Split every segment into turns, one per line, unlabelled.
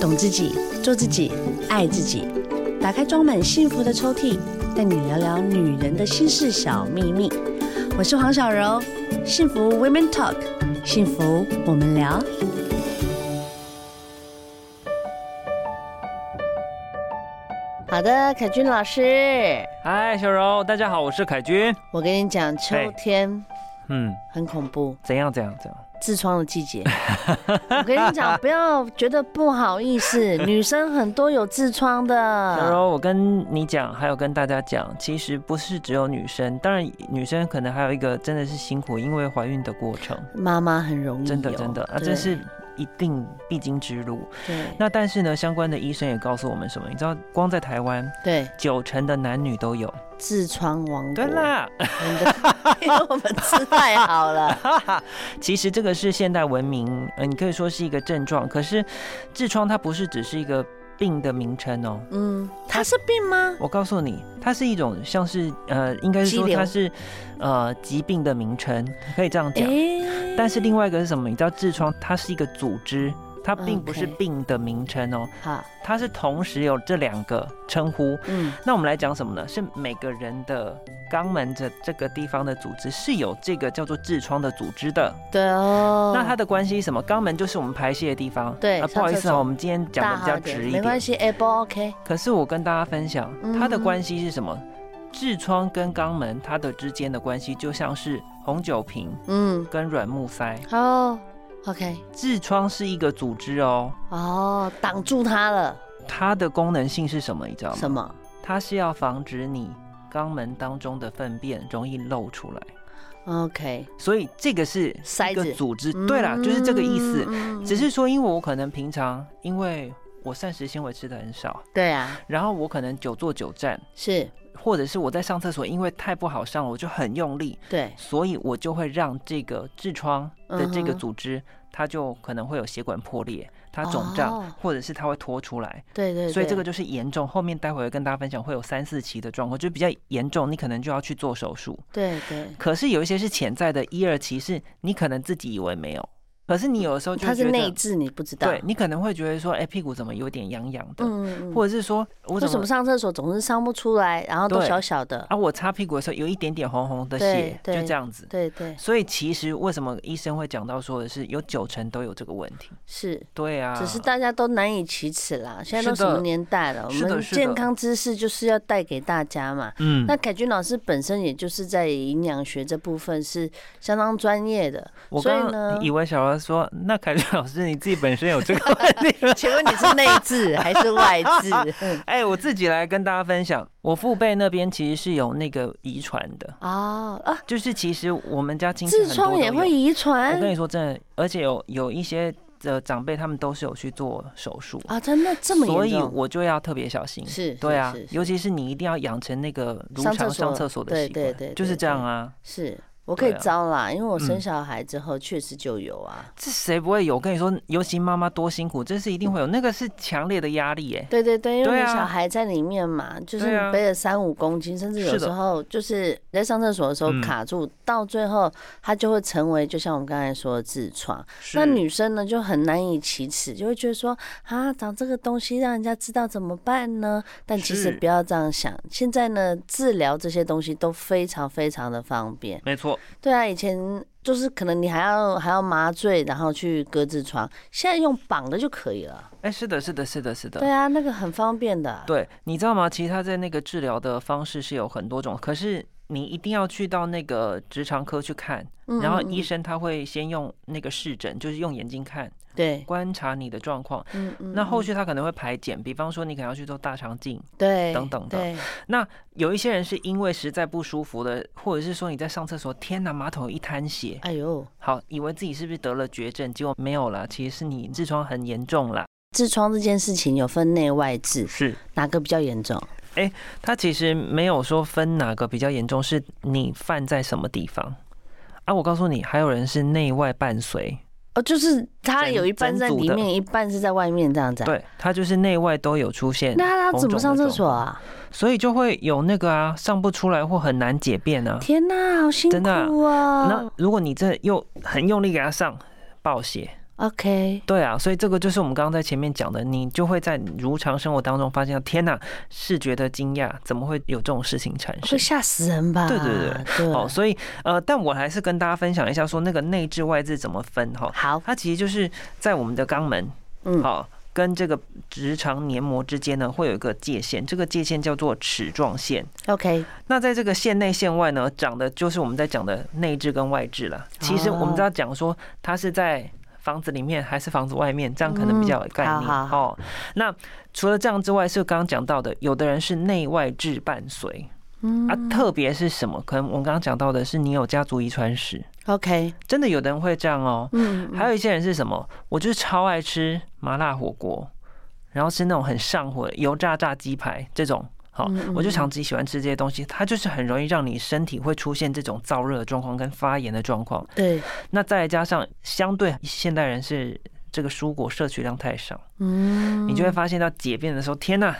懂自己，做自己，爱自己。打开装满幸福的抽屉，带你聊聊女人的心事小秘密。我是黄小柔，幸福 Women Talk，幸福我们聊。好的，凯君老师，
嗨，小柔，大家好，我是凯军。
我跟你讲，秋
嘿
天
嗯，
很恐怖，
怎样怎样怎样？
痔疮的季 节。我跟你讲，不要觉得不好意思，女生很多有痔疮
小
的。
柔，我跟你讲，还有跟大家讲，其实不是只有女生，当然女生可能还有一个真的是辛苦，因为怀孕的过程，
妈妈很容易
真的
嗯有
真的啊，
对
这是一定必经之路。
对
那但是呢，相关的医生也告诉我们什么？你知道，光在台湾，
对
九成的男女都有。
痔疮王国
对，啦，
你的 因为我们吃太好 了，
其实这个是现代文明，呃，你可以说是一个症状，可是痔疮它不是只是一个病的名称哦。
嗯，它是病吗？
我告诉你，它是一种像是呃，应该是说
肌瘤
它是呃疾病的名称，可以这样讲。
哎
但是另外一个是什么？你知道痔疮它是一个组织，它并不是
OK
病的名称哦，
好，
它是同时有这两个称呼。
嗯，
那我们来讲什么呢？是每个人的肛门的这个地方的组织是有这个叫做痔疮的组织的。
对哦，
那它的关系是什么？肛门就是我们排泄的地方。
对
啊，不好意思
上厕
啊，
所
我们今天讲
大
的比
好
较
一点
直一
没
点
关。系，哎，不 OK，
可是我跟大家分享
嗯，
它的关系是什么？痔疮跟肛门它的之间的关系就像是红酒瓶
嗯，
跟软木塞。
好，OK，
痔疮是一个组织哦，
哦，挡住它了，
它的功能性是什么？你知道吗？
什么？
它是要防止你肛门当中的粪便容易漏出来，
OK，
所以这个是
塞
一个
子
组织。对啦，就是这个意思。
嗯
只是说，因为我可能平常因为我膳食纤维吃的很少，
对啊，
然后我可能久坐久站，
是
或者是我在上厕所因为太不好上了，我就很用力，
对，
所以我就会让这个痔疮的这个
嗯哼
组织，它就可能会有血管破裂，它肿胀，
哦
或者是它会脱出来，
对对，
所以这个
就
就是严重。后面待会儿跟大家分享会有三四期的状况，就比较严重，你可能就要去做手术。
对对，
可是有一些是潜在的一二期，是你可能自己以为没有，可是你有的时候
嗯
就
它是
觉得
内痔，你不知道，
对你可能会觉得说，哎、屁股怎么有点痒痒的，
嗯，嗯，嗯
或者是说我
为
怎
什
么
么上厕所总是上不出来，然后都
对
小小的？
啊，我擦屁股的时候有一点点红红的
对
血，就
对
这样子。
对对，
所以其实为什么医生会讲到说的是有九成都有这个问题？
是，
对啊，
只是大家都难以启齿啦。现在都
是
什
的
么年代了，我
是的
们
是的
健康知识就是要带给大家嘛。
嗯
那凯君老师本身也就是在营养学这部分是相当专业的，
我
所以
刚
呢？
刚以为小王说，那凯瑞老师你自己本身有这个问题 吗
请问你是内 痔还是外痔？嗯
哎，我自己来跟大家分享，我父辈那边其实是有那个遗传的，
哦啊，
就是其实我们家亲戚
痔
很多
疮
都
也
有。
会遗
我跟
传
你说真的，而且有有一些的长辈他们都是有去做手术，
啊？真的这么
所以
严重？
我就要特别小心。
是，
对啊
是，是
尤其是你一定要养成那个如
上
常
厕所
上厕所的
对
习
对对
惯，就是
对
这样
对
啊。
是我可以
对啊
招啦，因为我生
嗯
小孩之后确实就有啊。
这谁不会有？我跟你说，尤其妈妈多辛苦，这是一定会有，那个是强烈的压力耶。
对对对，因为
对
你
啊
小孩在里面嘛，就是
对啊
你背了三五公斤，甚至有
是的
时候就是在上厕所的时候
嗯
卡住，到最后它就会成为，就像我们刚才说的痔疮。那女生呢就很难以启齿，就会觉得说啊，长这个东西让人家知道怎么办呢？但其实
是
不要这样想，现在呢治疗这些东西都非常非常的方便。
没错，
对啊，以前就是可能你还要还要麻醉，然后去割痔疮，现在用绑的就可以了。
哎，是的，是的，是的，是
对
的。
啊，那个很方便的啊。
对，你知道吗？其实他在那个治疗的方式是有很多种，可是你一定要去到那个直肠科去看，
嗯，
然后
嗯
医
嗯
生他会先用那个视诊，就是用眼睛看，
对，
观察你的状况。
嗯嗯
嗯那后
续
续他可能会排检，比方说你可能要去做大肠镜，
对
等等的
对
那有一些人是因为实在不舒服的，或者是说你在上厕所，天哪，马桶有一滩血，
哎呦，
好，以为自己是不是得了绝症，结果没有啦，其实是你痔疮很严重啦。
痔疮这件事情有分内外痔，
是，
哪个比较严重？
它其实没有说分哪个比较严重，是你犯在什么地方。啊，我告诉你，还有人是内外伴随，
哦，就是它
整
有一半在
整组
里
的
面，一半是在外面这样子、啊。。
对，他就是内外都有出现，
那他
红
怎么
肿
上
的
厕
状
所啊？
所以就会有那个啊，上不出来或很难解便啊。
天哪，好辛
真的啊
苦啊！
那如果你这又很用力给他上，爆血，
OK，
对啊，所以这个就是我们刚刚在前面讲的，你就会在如常生活当中发现，天哪，视觉的惊讶，怎么会有这种事情产
会
生？
吓死人吧？
对对对
对
哦，所以呃，但我还是跟大家分享一下，说那个内置外置怎么分哈、
好，
它其实就是在我们的肛门，
嗯，
好、跟这个直肠黏膜之间呢，会有一个界限，这个界限叫做齿状线。
，OK，
那在这个线内线外呢，长的就是我们在讲的内置跟外置了。其实我们在讲说它是在房子里面还是房子外面，这样可能比较有概
嗯
念、
好好
哦。那除了这样之外，是刚刚讲到的，有的人是内外置伴随
嗯
啊，特别是什么？可能我们刚刚讲到的是你有家族遗传史，
，OK，
真的有的人会这样哦。
嗯，
还有一些人是什么？我就是超爱吃麻辣火锅，然后吃那种很上火的油炸炸鸡排这种。好
嗯嗯，
哦我就长期喜欢吃这些东西，它就是很容易让你身体会出现这种燥热的状况跟发炎的状况。
对，
那再加上相对现代人是这个蔬果摄取量太少，
嗯，
你就会发现到解便的时候，天呐，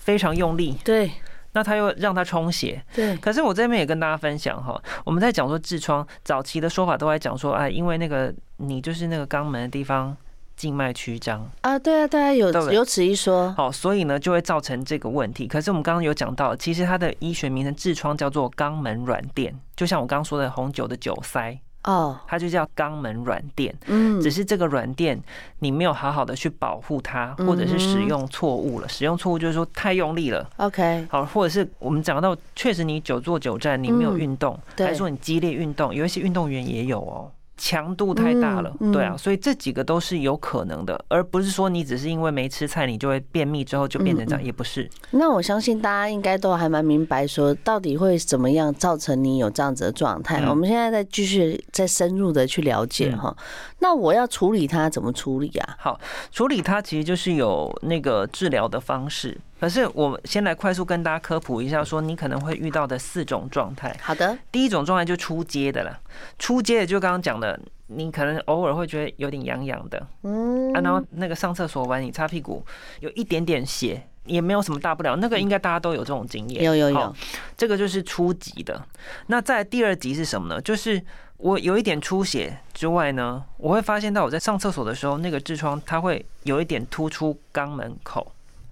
非常用力。
对
那它又让它充血，
对，
可是我这边也跟大家分享哈，我们在讲说痔疮早期的说法都在讲说，哎，因为那个你就是那个肛门的地方静脉曲张，
啊，对啊，对啊，有
对不对
有此一 说，
好，所以呢就会造成这个问题。可是我们刚刚有讲到，其实它的医学名称痔疮叫做肛门软垫，就像我刚刚说的红酒的酒塞，
哦，
它就叫肛门软垫。
嗯
只，是这个软垫你没有好好的去保护它，或者
嗯
是使用错误了。使用错误就是说太用力了。
OK，
好，或者是我们讲到，确实你久坐久站，你没有
嗯
运动，
对
还是说你激烈运动，有一些运动员也有哦，强度太大了，
嗯嗯
对啊，所以这几个都是有可能的，而不是说你只是因为没吃菜，你就会便秘之后就变成这
嗯
样，
嗯
也不是。
那我相信大家应该都还蛮明白，说到底会怎么样造成你有这样子的状态。
嗯
我们现在再继续再深入的去了解
嗯
哈。那我要处理它，怎么处理啊？
处理它其实就是有那个治疗的方式，可是我们先来快速跟大家科普一下，说你可能会遇到的四种状态。
好的，
第一种状态就出街的啦，出街的就刚刚讲的，你可能偶尔会觉得有点痒痒的，
嗯
啊，然后那个上厕所完你擦屁股有一点点血，也没有什么大不了，那个应该大家都有这种经验。
有有
好
有，
这个就是初级的。那在第二级是什么呢？就是我有一点出血之外呢，我会发现到我在上厕所的时候，那个痔疮它会有一点突出肛门口。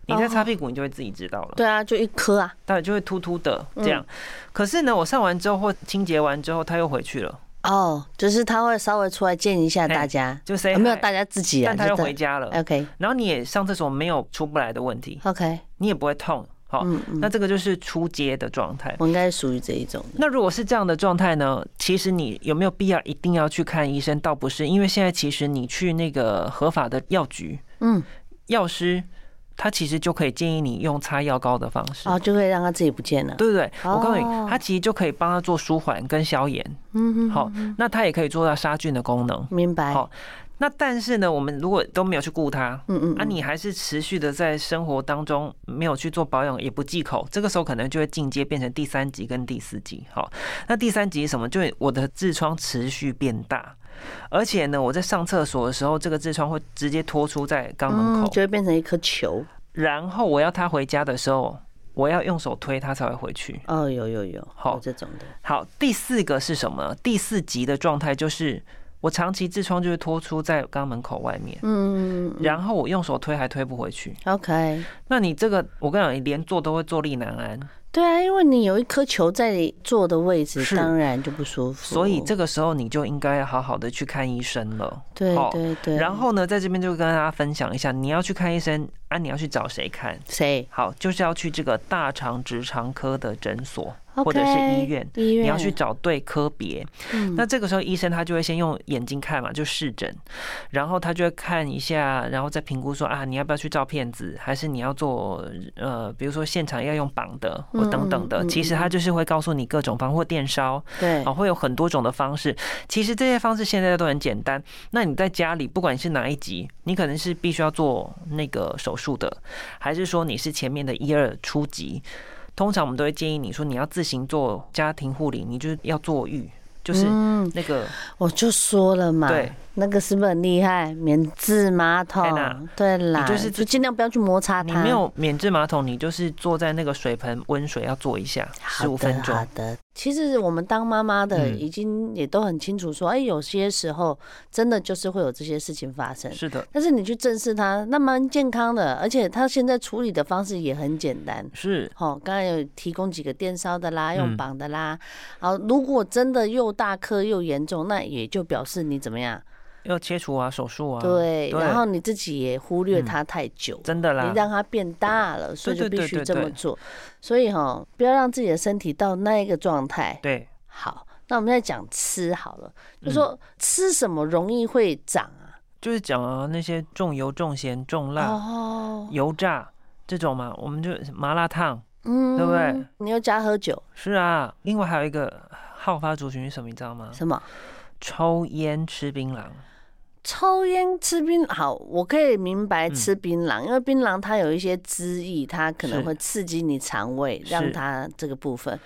你
哦
在擦屁股，你就会自己知道了，
对啊，就一颗啊，
当然就会突突的
嗯
这样。可是呢，我上完之后或清洁完之后，它又回去了，
哦，就是他会稍微出来见一下
哎
大家，
就 say
啊没有
hi，
大家自己啊，
但它又
就
回家了。
OK
然后你也上厕所没有出不来的问题，
OK，
你也不会痛。好，
嗯嗯，
哦那这个就是出街的状态。
我应该属于这一种的，
那如果是这样的状态呢？其实你有没有必要一定要去看医生？倒不是，因为现在其实你去那个合法的药局，
嗯，
药师他其实就可以建议你用擦药膏的方式，
哦，就会让他自己不见了，
对不对？我告诉你
哦，
他其实就可以帮他做舒缓跟消炎，
嗯，嗯
好，那他也可以做到杀菌的功能。
明白，
好那但是呢，我们如果都没有去顾它，
嗯嗯，
啊，你还是持续的在生活当中没有去做保养，也不忌口，这个时候可能就会进阶变成第三级跟第四级。好，那第三级是什么？就是我的痔疮持续变大，而且呢，我在上厕所的时候，这个痔疮会直接脱出在肛门
嗯
口，
就会变成一颗球，
然后我要他回家的时候，我要用手推他才会回去。
哦，有有有，
好
有这种的，
好，第四个是什么？第四级的状态就是我长期痔疮就是脱出在肛门口外面，
嗯嗯
然后我用手推还推不回去。
嗯，OK，
那你这个，我跟你讲，你连坐都会坐立难安，
对啊，因为你有一颗球在你坐的位置，
是
当然就不舒服，
所以这个时候你就应该要好好的去看医生了。
对
哦
对对，
然后呢，在这边就跟大家分享一下，你要去看医生啊，你要去找谁看？
谁
好，就是要去这个大肠直肠科的诊所，
，OK，
或者是医院
医院
你要去，找对科别。
嗯
那这个时候医生他就会先用眼睛看嘛，就视诊，然后他就会看一下，然后再评估说啊，你要不要去照片子，还是你要做呃，比如说现场要用绑的或等等
嗯嗯
的。
嗯嗯
其实他就是会告诉你各种方或电烧，
对
啊，会有很多种的方式。其实这些方式现在都很简单。那你在家里，不管你是哪一级，你可能是必须要做那个手术的，还是说你是前面的一二初级，通常我们都会建议你说你要自行做家庭护理，你就是要坐浴，就是
嗯，
那个、
我就说了嘛，
对，
那个是不是很厉害？免治马
天哪
桶，对啦，
你就是
就尽量不要去摩擦
你
它。
没有免治马桶，你就是坐在那个水盆温水要坐一下十五
好的
分钟
好。的，其实我们当妈妈的
嗯
已经也都很清楚说，哎、有些时候真的就是会有这些事情发生。
是的，
但是你去正视它，那蛮健康的，而且它现在处理的方式也很简单。
是
哦，刚才有提供几个电烧的啦，
嗯
用绑的啦。好、如果真的又大颗又严重，那也就表示你怎么样？
要切除啊，手术啊，，
对，
对嗯
然后你自己也忽略它太久。
真的啦
你。让它变大了，所以就
对对
必
对
须
对
这么
对
做。所以哈、不要让自己的身体到那一个状态。
对，
好，那我们再讲吃好了，就
嗯
说吃什么容易会长啊？
就是讲啊，那些重油、重咸、重辣、
哦，
油炸这种嘛，我们就麻辣烫。
嗯
对不对？
你又加喝酒
是啊，另外还有一个好发族群是什么，你知道吗？
什么？
抽烟、吃槟榔。
抽烟吃槟好，我可以明白
嗯
吃槟榔，因为槟榔它有一些汁液，它可能
是
会刺激你肠胃，
是
让它这个部分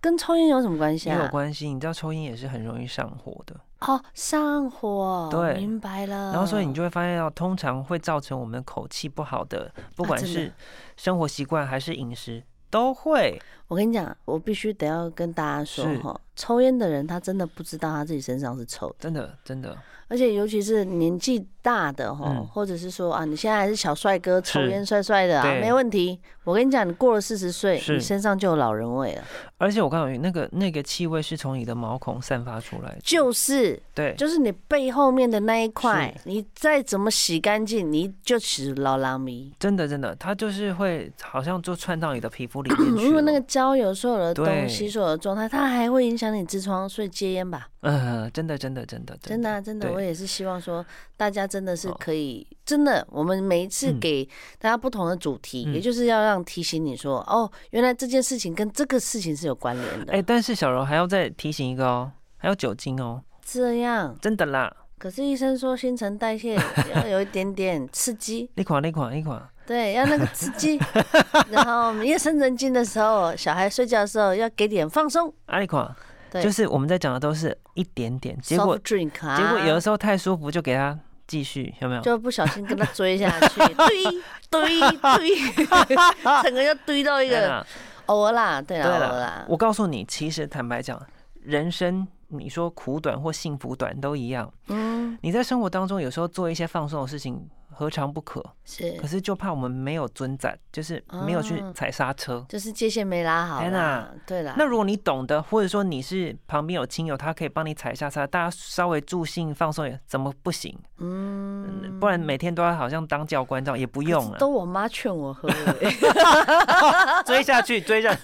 跟抽烟有什么关系
也有
啊？
关系，你知道抽烟也是很容易上火的，
哦，上火，
对
明白了。
然后所以你就会发现到，通常会造成我们口气不好的，不
啊
管
真的
是生活习惯还是饮食都会。
我跟你讲，我必须得要跟大家说
是
哈，抽烟的人他真的不知道他自己身上是抽的。
真的，真的，
而且尤其是年纪大的哈，
嗯
或者是说啊，你现在还是小帅哥，
是
抽烟帅帅的啊，
对
没问题。我跟你讲，你过了四十岁，
是
你身上就有老人味了，
而且我告诉你，那个那个气味是从你的毛孔散发出来的，
就是
对，
就是你背后面的那一块，你再怎么洗干净，你就是老狼迷。
真的真的，它就是会好像就窜到你的皮肤里 面去了。
因为那个焦油所有的
对
东西、所有的状态，它还会影响你痔疮，所以戒烟吧，
嗯、真的真的真的
真的、啊、真的，
对
我也是希望说大家真的是
好
可以，真的，我们每一次
嗯
给大家不同的主题，
嗯
也就是要让提醒你说，哦，原来这件事情跟这个事情是有关联的。
哎、但是小柔还要再提醒一个哦，还有酒精哦，
这样，
真的啦，
可是医生说新陈代谢 要有一点点刺激，
那款那款那款，
对，要那个刺 激。然后夜深人静的时候，小孩睡觉的时候要给点放松
啊那款，
对
就是我们在讲的都是一点点，结果
，soft drink 啊，
结果有的时候太舒服就给他继续，有没有？
就不小心跟他追下去， 堆堆 堆， 整个就堆到一
天
个
哪
偶尔啦，对啦，
对
偶
啦
尔啦。
我告诉你，其实坦白讲，人生你说苦短或幸福短都一样，
嗯，
你在生活当中有时候做一些放松的事情，何尝不可？
是
可，是就怕我们没有遵展，就是没有去
啊
踩刹车。
就是界限没拉好
天
啦
哪，
对啦。
那如果你懂得，或者说你是旁边有亲友，他可以帮你踩一下刹，大家稍微助兴放松，也怎么不行？嗯，不然每天都要好像当教官这样，也不用
都
了，
我妈劝我喝 的，
追下去，追上，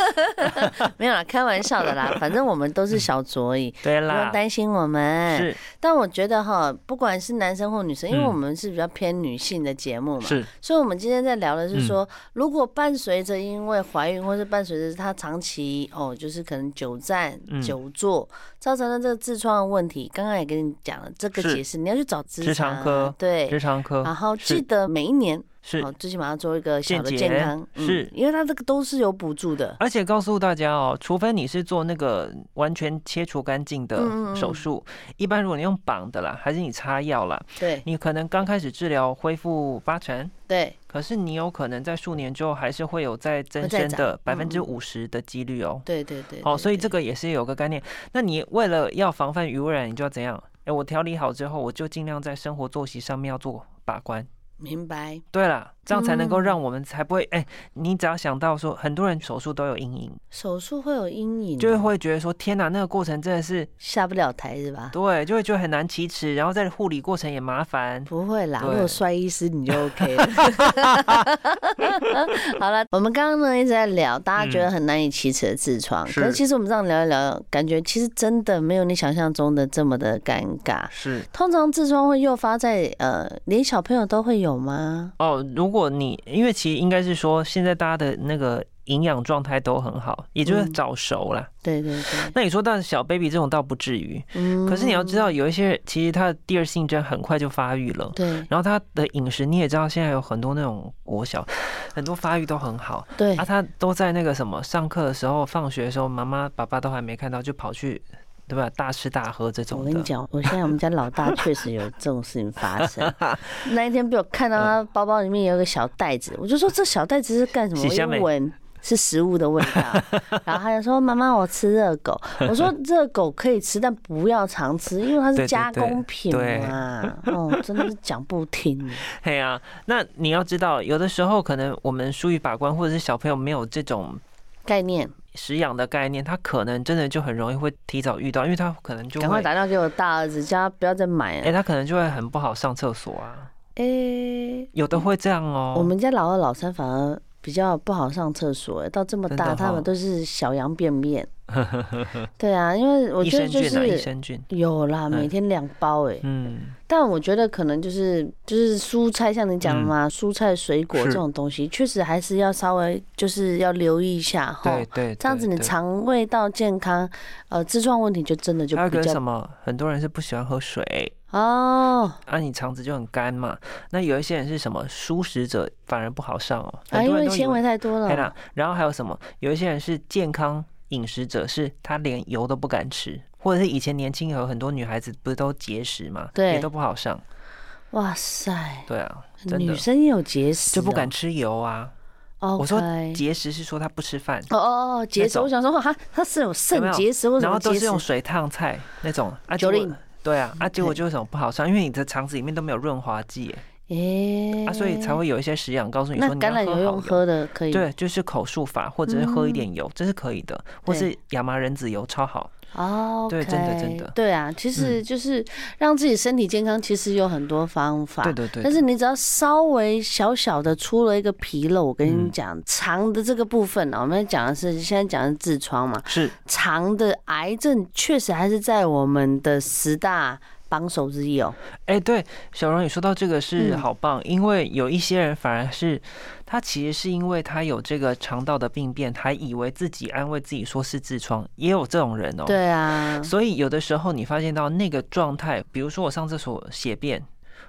没有啦，开玩笑的 啦。反正我们都是小酌而已，
对
不用
嗯啦，
担心我们。
是
但我觉得哈，不管是男生或女生，因为
嗯
我们是比较偏女性的节目嘛，
是，嗯
所以我们今天在聊的是说，如果伴随着因为怀孕或是伴随着她长期哦，就是可能久站
嗯、
久坐，造成了这个痔疮的问题。刚刚也跟你讲了这个
是
解释，你要去找
直
痔
肠
疮啊
科
对，
直肠科
然后
是
记得每一年
是
哦，最起码要做一个小的
健
健
检
康，嗯
是啊
因为它这个都是有补助的，
而且告诉大家哦，除非你是做那个完全切除干净
嗯嗯
的
嗯
手术，一般如果你用绑的啦，还是你擦药啦，
对
你可能刚开始治疗恢复八成，
对，
可是你有可能在数年之后还是会有再增
会再
生的百
长嗯
分之
嗯
五十的几率哦。
对对对。
好、
对
所以这
对
个也是有个概念。那你为了要防范鱼污染，你就要怎样？哎，我调理好之后，我就尽量在生活作息上面要做把关。
明白，
对啦，这样才能够
嗯
让我们才不会哎、你只要想到说，很多人手术都有阴影，
手术会有阴影，
就会觉得说，天哪，那个过程真的是
下不了台是吧？
对，就会觉得很难启齿，然后在护理过程也麻烦。
不会啦，
对
如果摔医师你就 OK 了。好了，我们刚刚呢一直在聊，大家觉得很难以启齿的痔疮，
嗯是
可是其实我们这样聊一聊，感觉其实真的没有你想象中的这么的尴尬。
是
通常痔疮会诱发在呃，连小朋友都会有吗？
哦，如果你因为其实应该是说，现在大家的那个营养状态都很好，也就是
嗯
早熟啦。
对对对，
那你说到小 baby 这种倒不至于，
嗯
可是你要知道，有一些其实他的第二性征很快就发育了。
嗯对
然后他的饮食你也知道，现在有很多那种国小，很多发育都很好，
对
啊，他都在那个什么上课的时候、放学的时候，妈妈、爸爸都还没看到，就跑去对吧？大吃大喝这
我
种
跟你
的，
讲，我现在我们家老大确实有这种事情发生。 那一天被我看到他包包里面有个小袋子，我就说这小袋子是干什么？
洗
我
虾
一
米
闻是食物的味 道，然后他就说妈妈我吃热狗，我说热狗可以吃，但不要常吃，因为它
对
是
对
加工品
对
嘛。哦，真的是讲不听。
嘿啊，那你要知道，有的时候可能我们疏于把关，或者是小朋友没有这种
概念，
食养的概念，他可能真的就很容易会提早遇到，因为他可能就
赶快
会，
打电话给我大儿子，叫他不要再买
哎、
了。
他可能就会很不好上厕所啊，
哎，
有的会这样哦、
我们家老二老三反而比较不好上厕所、到这么
真的
大，
哦
他们都是小羊便 便。对啊，因为我
益
觉得
生
就
菌啊，益嗯
是
生菌，
有啦，每天两包哎、
嗯，
但我觉得可能就是就是蔬菜，像你讲的嘛，蔬菜水果
嗯是
这种东西，确实还是要稍微就是要留意一下哈
对。对，
这样子你
对
肠胃道健康，呃，痔疮问题就真的就
还有
比
个
较
什么，很多人是不喜欢喝水，
哦，
啊，你肠子就很干嘛。那有一些人是什么舒食者，反而不好上哦。
啊，
很
因
多人
为
都以哎
纤维太多
嘿
了
啦，然后还有什么？有一些人是健康饮食者，是他连油都不敢吃，或者是以前年轻有很多女孩子不是都节食嘛，也
对
都不好上。
哇塞，
对啊，真的
女生也有结石、
就
哦，
不敢吃油啊。
OK。
我说节食是说他不吃饭，
哦哦哦，节食，
种
我想说哈，他是有肾
有没有
结石，为什
然
么
后都
结
是
石
用？水烫菜那种啊，
九
结果
令
对啊，啊，结果
对
就为什么不好上？因为你的肠子里面都没有润滑剂耶、
诶
啊，所以才会有一些食养告诉你
那
说你
橄
要
榄油
喝好
用
油。
喝的可以，嗯
对，就是口述法，或者是喝一点油，这是可以的，或
对
是亚麻仁籽油超好。
哦，
对真的真的嗯
对啊，其实就是让自己身体健康，其实有很多方法
对。对对，
但是你只要稍微小小的出了一个纰漏，我跟你讲，肠的这个部分哦呢，我们讲的是现在讲的是痔疮嘛，
是
肠的癌症确实还是在我们的十大榜首之一哦。
哎、对，小荣，你说到这个是
嗯
好棒，因为有一些人反而是他其实是因为他有这个肠道的病变，还以为自己安慰自己说是痔疮，也有这种人哦。。
对啊，
所以有的时候你发现到那个状态，比如说我上厕所血便，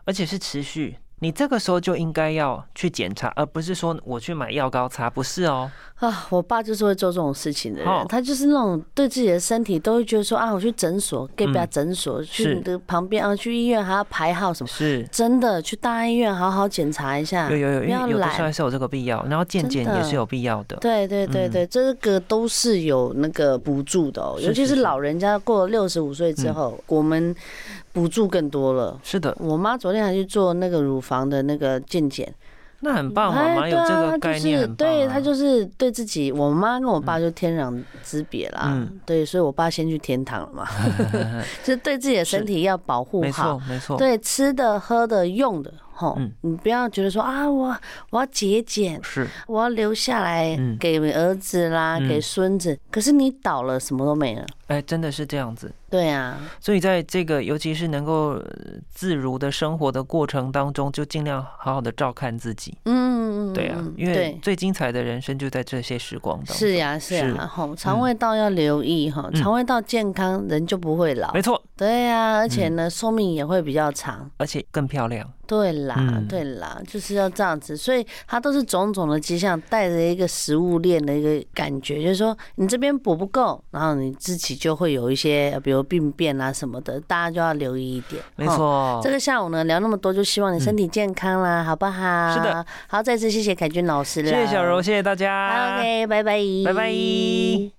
而且是持续，你这个时候就应该要去检查，而不是说我去买药膏擦，不是哦。
啊，我爸就是会做这种事情的人，
哦
他就是那种对自己的身体都会觉得说啊，我去诊所，给不要
嗯
诊所，
是
去你的旁边啊，去医院还要排号什么，
是。
真的去大医院好好检查一下
有。有有，
啊不
因
要
为有的时候
懒
还是有这个必要，然后健
真
检也
的
是有必要的。
对对对对，这个都是有那个补助的哦，
嗯是
尤其
是
是
嗯是
老人家过了六十五岁之后，我们补助更多了。
是的，
我妈昨天还去做那个乳房的那个健检，
那很棒，妈
哎
妈有
对啊
这个
他就
概念
是
很棒啊、
对他就是对自己，我妈跟我爸就天壤之别啦。
嗯
对，所以我爸先去天堂了 嘛，就是对自己的身体要保护
没
好
错。没错，
对，吃的、喝的、用的，吼，
嗯
你不要觉得说啊，我我要节俭，
是
我要留下来
嗯
给儿子啦，
嗯
给孙子。可是你倒了，什么都没了。
哎，真的是这样子。
对啊，
所以在这个尤其是能够呃自如的生活的过程当中，就尽量好好的照看自己。
嗯，
对啊
嗯，
因为
对。
最精彩的人生就在这些时光当中。
是呀、是呀、
是
吼，肠胃道要留意哈，
嗯
肠胃道健康，人就不会老。
没错，
对呀、而
嗯
且呢，寿命也会比较长。
而且更漂亮。
对啦，
嗯
对啦，就是要这样子，所以它都是种种的迹象，带着一个食物链的一个感觉，就是说你这边补不够，然后你自己就会有一些，呃比如病变啊什么的，大家就要留意一点。
没
哦。
错，
这个下午呢聊那么多，就希望你身体健康啦，好不好？
是的。
好，再次谢谢凯君老师了。
谢谢小柔，谢谢大家。
好。OK，拜拜。
拜拜